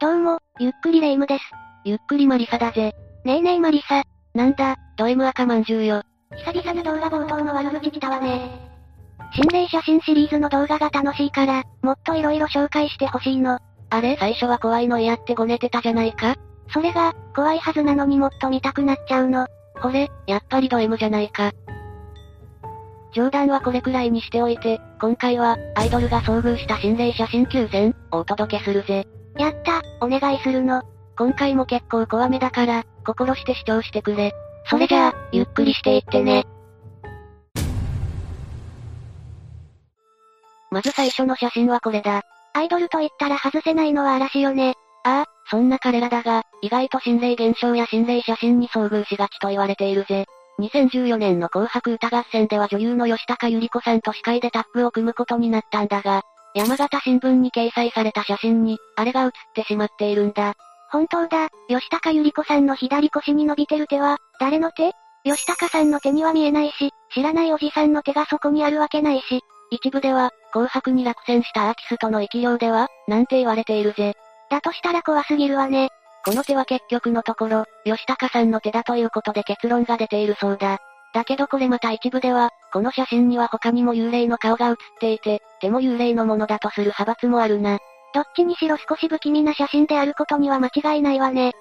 どうも、ゆっくりレ夢ムです。ゆっくりマリサだぜ。ねえねえマリサ。なんだ、ド M 赤まんじゅうよ。久々の動画冒頭の悪口来たわね。心霊写真シリーズの動画が楽しいから、もっと色々紹介してほしいの。あれ最初は怖いの嫌ってごねてたじゃないかそれが、怖いはずなのにもっと見たくなっちゃうの。ほれ、やっぱりド M じゃないか。冗談はこれくらいにしておいて、今回は、アイドルが遭遇した心霊写真9000をお届けするぜ。やった、お願いするの。今回も結構怖めだから、心して視聴してくれ。それじゃあ、ゆっくりしていってね。まず最初の写真はこれだ。アイドルと言ったら外せないのは嵐よね。ああ、そんな彼らだが、意外と心霊現象や心霊写真に遭遇しがちと言われているぜ。2014年の紅白歌合戦では女優の吉高由里子さんと司会でタッグを組むことになったんだが、山形新聞に掲載された写真に、あれが写ってしまっているんだ。本当だ、吉高由里子さんの左腰に伸びてる手は、誰の手吉高さんの手には見えないし、知らないおじさんの手がそこにあるわけないし、一部では、紅白に落選したアーティストの生き量では、なんて言われているぜ。だとしたら怖すぎるわね。この手は結局のところ、吉高さんの手だということで結論が出ているそうだ。だけどこれまた一部では、この写真には他にも幽霊の顔が写っていて、手も幽霊のものだとする派閥もあるな。どっちにしろ少し不気味な写真であることには間違いないわね。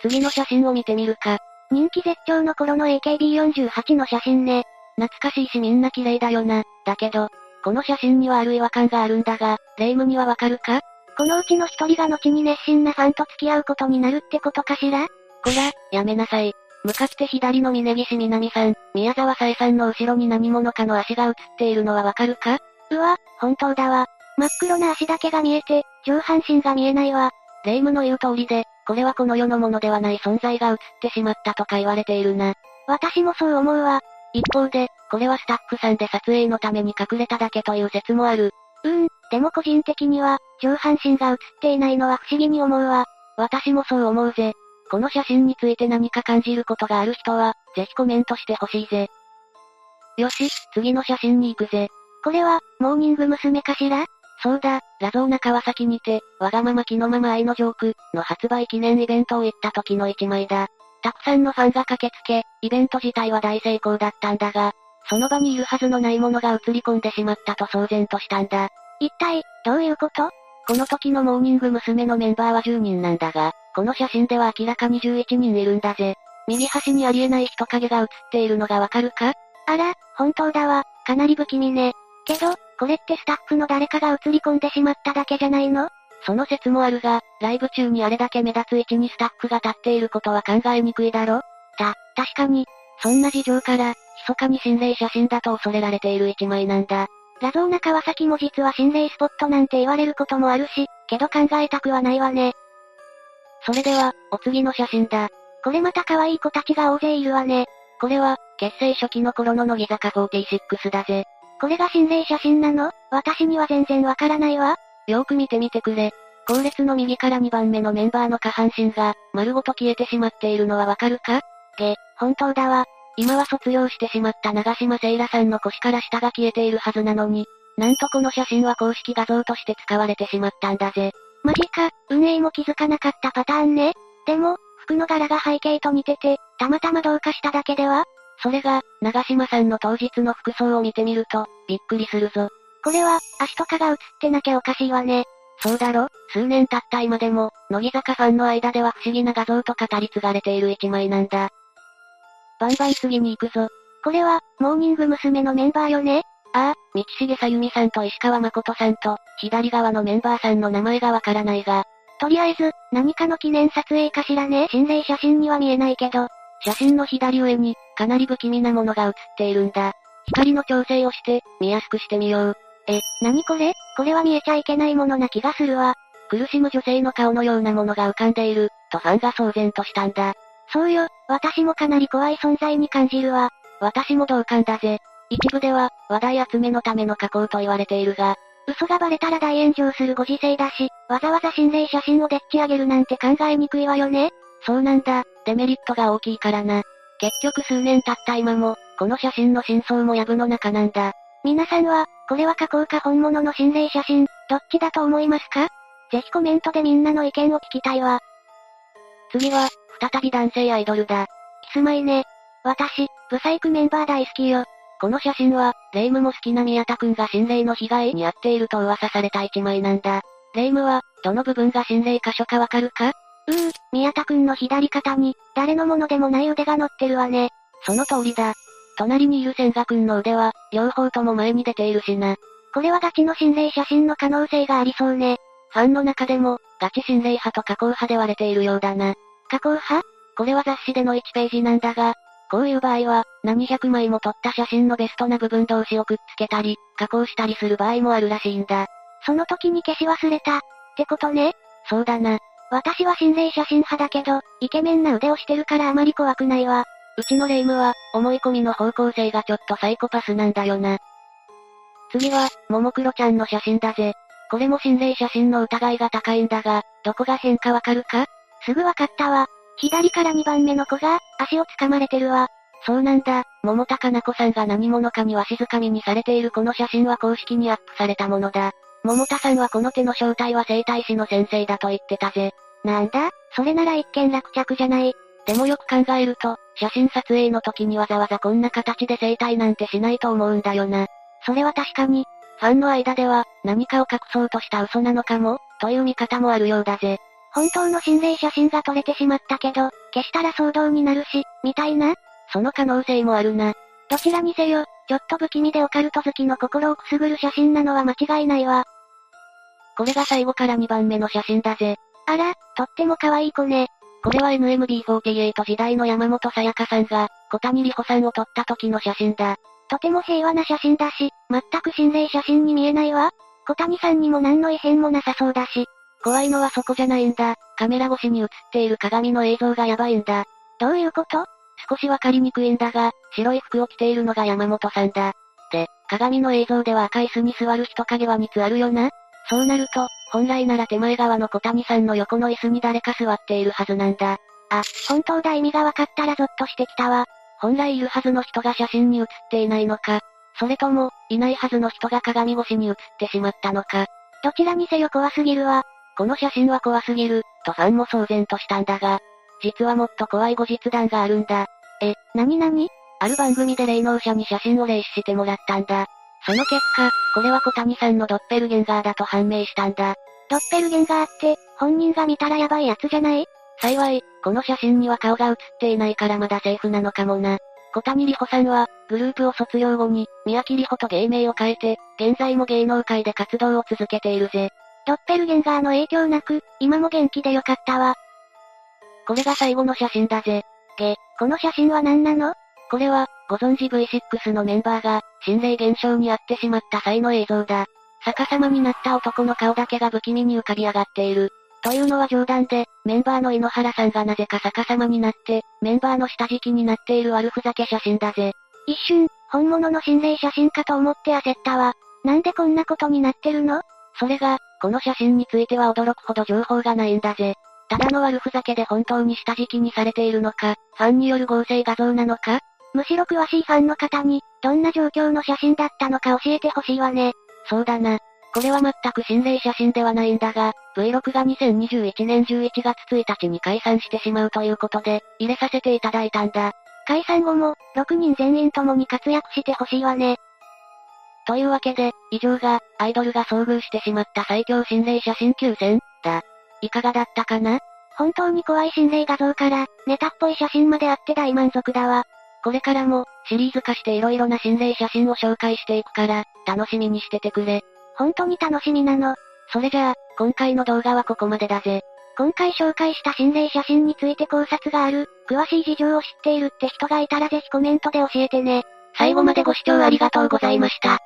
次の写真を見てみるか。人気絶頂の頃の AKB48 の写真ね。懐かしいしみんな綺麗だよな。だけど、この写真にはある違和感があるんだが、霊夢にはわかるかこのうちの一人が後に熱心なファンと付き合うことになるってことかしらこら、やめなさい。向かって左の峯岸みなみさん、宮沢さえさんの後ろに何者かの足が写っているのはわかるかうわ、本当だわ。真っ黒な足だけが見えて、上半身が見えないわ。霊夢の言う通りで、これはこの世のものではない存在が写ってしまったとか言われているな。私もそう思うわ。一方で、これはスタッフさんで撮影のために隠れただけという説もある。うーん、でも個人的には、上半身が写っていないのは不思議に思うわ。私もそう思うぜ。この写真について何か感じることがある人は、ぜひコメントしてほしいぜ。よし、次の写真に行くぜ。これは、モーニング娘。かしらそうだ、ラゾーナ川崎にて、わがまま気のまま愛のジョークの発売記念イベントを行った時の一枚だ。たくさんのファンが駆けつけ、イベント自体は大成功だったんだが、その場にいるはずのないものが映り込んでしまったと騒然としたんだ。一体、どういうことこの時のモーニング娘。のメンバーは10人なんだが、この写真では明らかに11人いるんだぜ。右端にありえない人影が写っているのがわかるかあら、本当だわ。かなり不気味ね。けど、これってスタッフの誰かが映り込んでしまっただけじゃないのその説もあるが、ライブ中にあれだけ目立つ位置にスタッフが立っていることは考えにくいだろた、確かに、そんな事情から、密かに心霊写真だと恐れられている一枚なんだ。ラゾーナ川崎も実は心霊スポットなんて言われることもあるし、けど考えたくはないわね。それでは、お次の写真だ。これまた可愛い子たちが大勢いるわね。これは、結成初期の頃の乃木坂46だぜ。これが心霊写真なの私には全然わからないわ。よーく見てみてくれ。後列の右から2番目のメンバーの下半身が、丸ごと消えてしまっているのはわかるか本当だわ。今は卒業してしまった長島聖羅さんの腰から下が消えているはずなのに、なんとこの写真は公式画像として使われてしまったんだぜ。マジか、運営も気づかなかったパターンね。でも、服の柄が背景と似てて、たまたま同化しただけではそれが、長島さんの当日の服装を見てみると、びっくりするぞ。これは、足とかが映ってなきゃおかしいわね。そうだろ数年経った今でも、乃木坂ファンの間では不思議な画像と語り継がれている一枚なんだ。バンバン次に行くぞ。これは、モーニング娘。のメンバーよね。ああ、道重さゆみさんと石川誠さんと、左側のメンバーさんの名前がわからないが、とりあえず、何かの記念撮影かしらね。心霊写真には見えないけど、写真の左上に、かなり不気味なものが写っているんだ。光の調整をして、見やすくしてみよう。何これこれは見えちゃいけないものな気がするわ。苦しむ女性の顔のようなものが浮かんでいる、とファンが騒然としたんだ。そうよ、私もかなり怖い存在に感じるわ。私も同感だぜ。一部では、話題集めのための加工と言われているが、嘘がバレたら大炎上するご時世だし、わざわざ心霊写真をでっち上げるなんて考えにくいわよね。そうなんだ、デメリットが大きいからな。結局数年経った今も、この写真の真相も藪の中なんだ。皆さんは、これは加工か本物の心霊写真、どっちだと思いますかぜひコメントでみんなの意見を聞きたいわ。次は、再び男性アイドルだ。キスマイね。私、ブサイクメンバー大好きよ。この写真は、レイムも好きな宮田くんが心霊の被害に遭っていると噂された一枚なんだ。レイムは、どの部分が心霊箇所かわかるかうーん、宮田くんの左肩に、誰のものでもない腕が乗ってるわね。その通りだ。隣にいる千賀くんの腕は、両方とも前に出ているしな。これはガチの心霊写真の可能性がありそうね。ファンの中でも、ガチ心霊派と加工派で割れているようだな。加工派これは雑誌での1ページなんだが、こういう場合は、何百枚も撮った写真のベストな部分同士をくっつけたり、加工したりする場合もあるらしいんだ。その時に消し忘れた。ってことね。そうだな。私は心霊写真派だけど、イケメンな腕をしてるからあまり怖くないわ。うちのレイムは、思い込みの方向性がちょっとサイコパスなんだよな。次は、ももクロちゃんの写真だぜ。これも心霊写真の疑いが高いんだが、どこが変かわかるかすぐわかったわ。左から2番目の子が、足を掴まれてるわ。そうなんだ、桃高菜子さんが何者かにわしづかみにされているこの写真は公式にアップされたものだ。桃田さんはこの手の正体は生体師の先生だと言ってたぜ。なんだそれなら一見落着じゃない。でもよく考えると、写真撮影の時にわざわざこんな形で生体なんてしないと思うんだよな。それは確かに、ファンの間では、何かを隠そうとした嘘なのかも、という見方もあるようだぜ。本当の心霊写真が撮れてしまったけど、消したら騒動になるし、みたいなその可能性もあるな。どちらにせよ、ちょっと不気味でオカルト好きの心をくすぐる写真なのは間違いないわ。これが最後から2番目の写真だぜ。あら、とっても可愛い子ね。これは NMB48 時代の山本さやかさんが、小谷里穂さんを撮った時の写真だ。とても平和な写真だし、全く心霊写真に見えないわ。小谷さんにも何の異変もなさそうだし。怖いのはそこじゃないんだ。カメラ越しに映っている鏡の映像がやばいんだ。どういうこと少しわかりにくいんだが、白い服を着ているのが山本さんだ。で、鏡の映像では赤い椅子に座る人影は2つあるよなそうなると、本来なら手前側の小谷さんの横の椅子に誰か座っているはずなんだ。あ、本当だ意味がわかったらゾッとしてきたわ。本来いるはずの人が写真に写っていないのか、それとも、いないはずの人が鏡越しに写ってしまったのか。どちらにせよ怖すぎるわ。この写真は怖すぎる、とファンも騒然としたんだが、実はもっと怖い後日談があるんだ。え、なになにある番組で霊能者に写真を霊視してもらったんだ。その結果、これは小谷さんのドッペルゲンガーだと判明したんだ。ドッペルゲンガーって、本人が見たらやばいやつじゃない幸い、この写真には顔が写っていないからまだセーフなのかもな。小谷里穂さんは、グループを卒業後に、宮城里穂と芸名を変えて、現在も芸能界で活動を続けているぜ。ドッペルゲンガーの影響なく、今も元気でよかったわ。これが最後の写真だぜ。げ、この写真は何なのこれは、ご存知 V6 のメンバーが、心霊現象に遭ってしまった際の映像だ。逆さまになった男の顔だけが不気味に浮かび上がっている。というのは冗談で、メンバーの井ノ原さんがなぜか逆さまになって、メンバーの下敷きになっている悪ふざけ写真だぜ。一瞬、本物の心霊写真かと思って焦ったわ。なんでこんなことになってるのそれが、この写真については驚くほど情報がないんだぜ。ただの悪ふざけで本当に下敷きにされているのか、ファンによる合成画像なのかむしろ詳しいファンの方に、どんな状況の写真だったのか教えてほしいわね。そうだな。これは全く心霊写真ではないんだが、Vlog が2021年11月1日に解散してしまうということで、入れさせていただいたんだ。解散後も、6人全員ともに活躍してほしいわね。というわけで、以上が、アイドルが遭遇してしまった最強心霊写真9選、だ。いかがだったかな本当に怖い心霊画像から、ネタっぽい写真まであって大満足だわ。これからも、シリーズ化して色々な心霊写真を紹介していくから、楽しみにしててくれ。本当に楽しみなの。それじゃあ、今回の動画はここまでだぜ。今回紹介した心霊写真について考察がある、詳しい事情を知っているって人がいたらぜひコメントで教えてね。最後までご視聴ありがとうございました。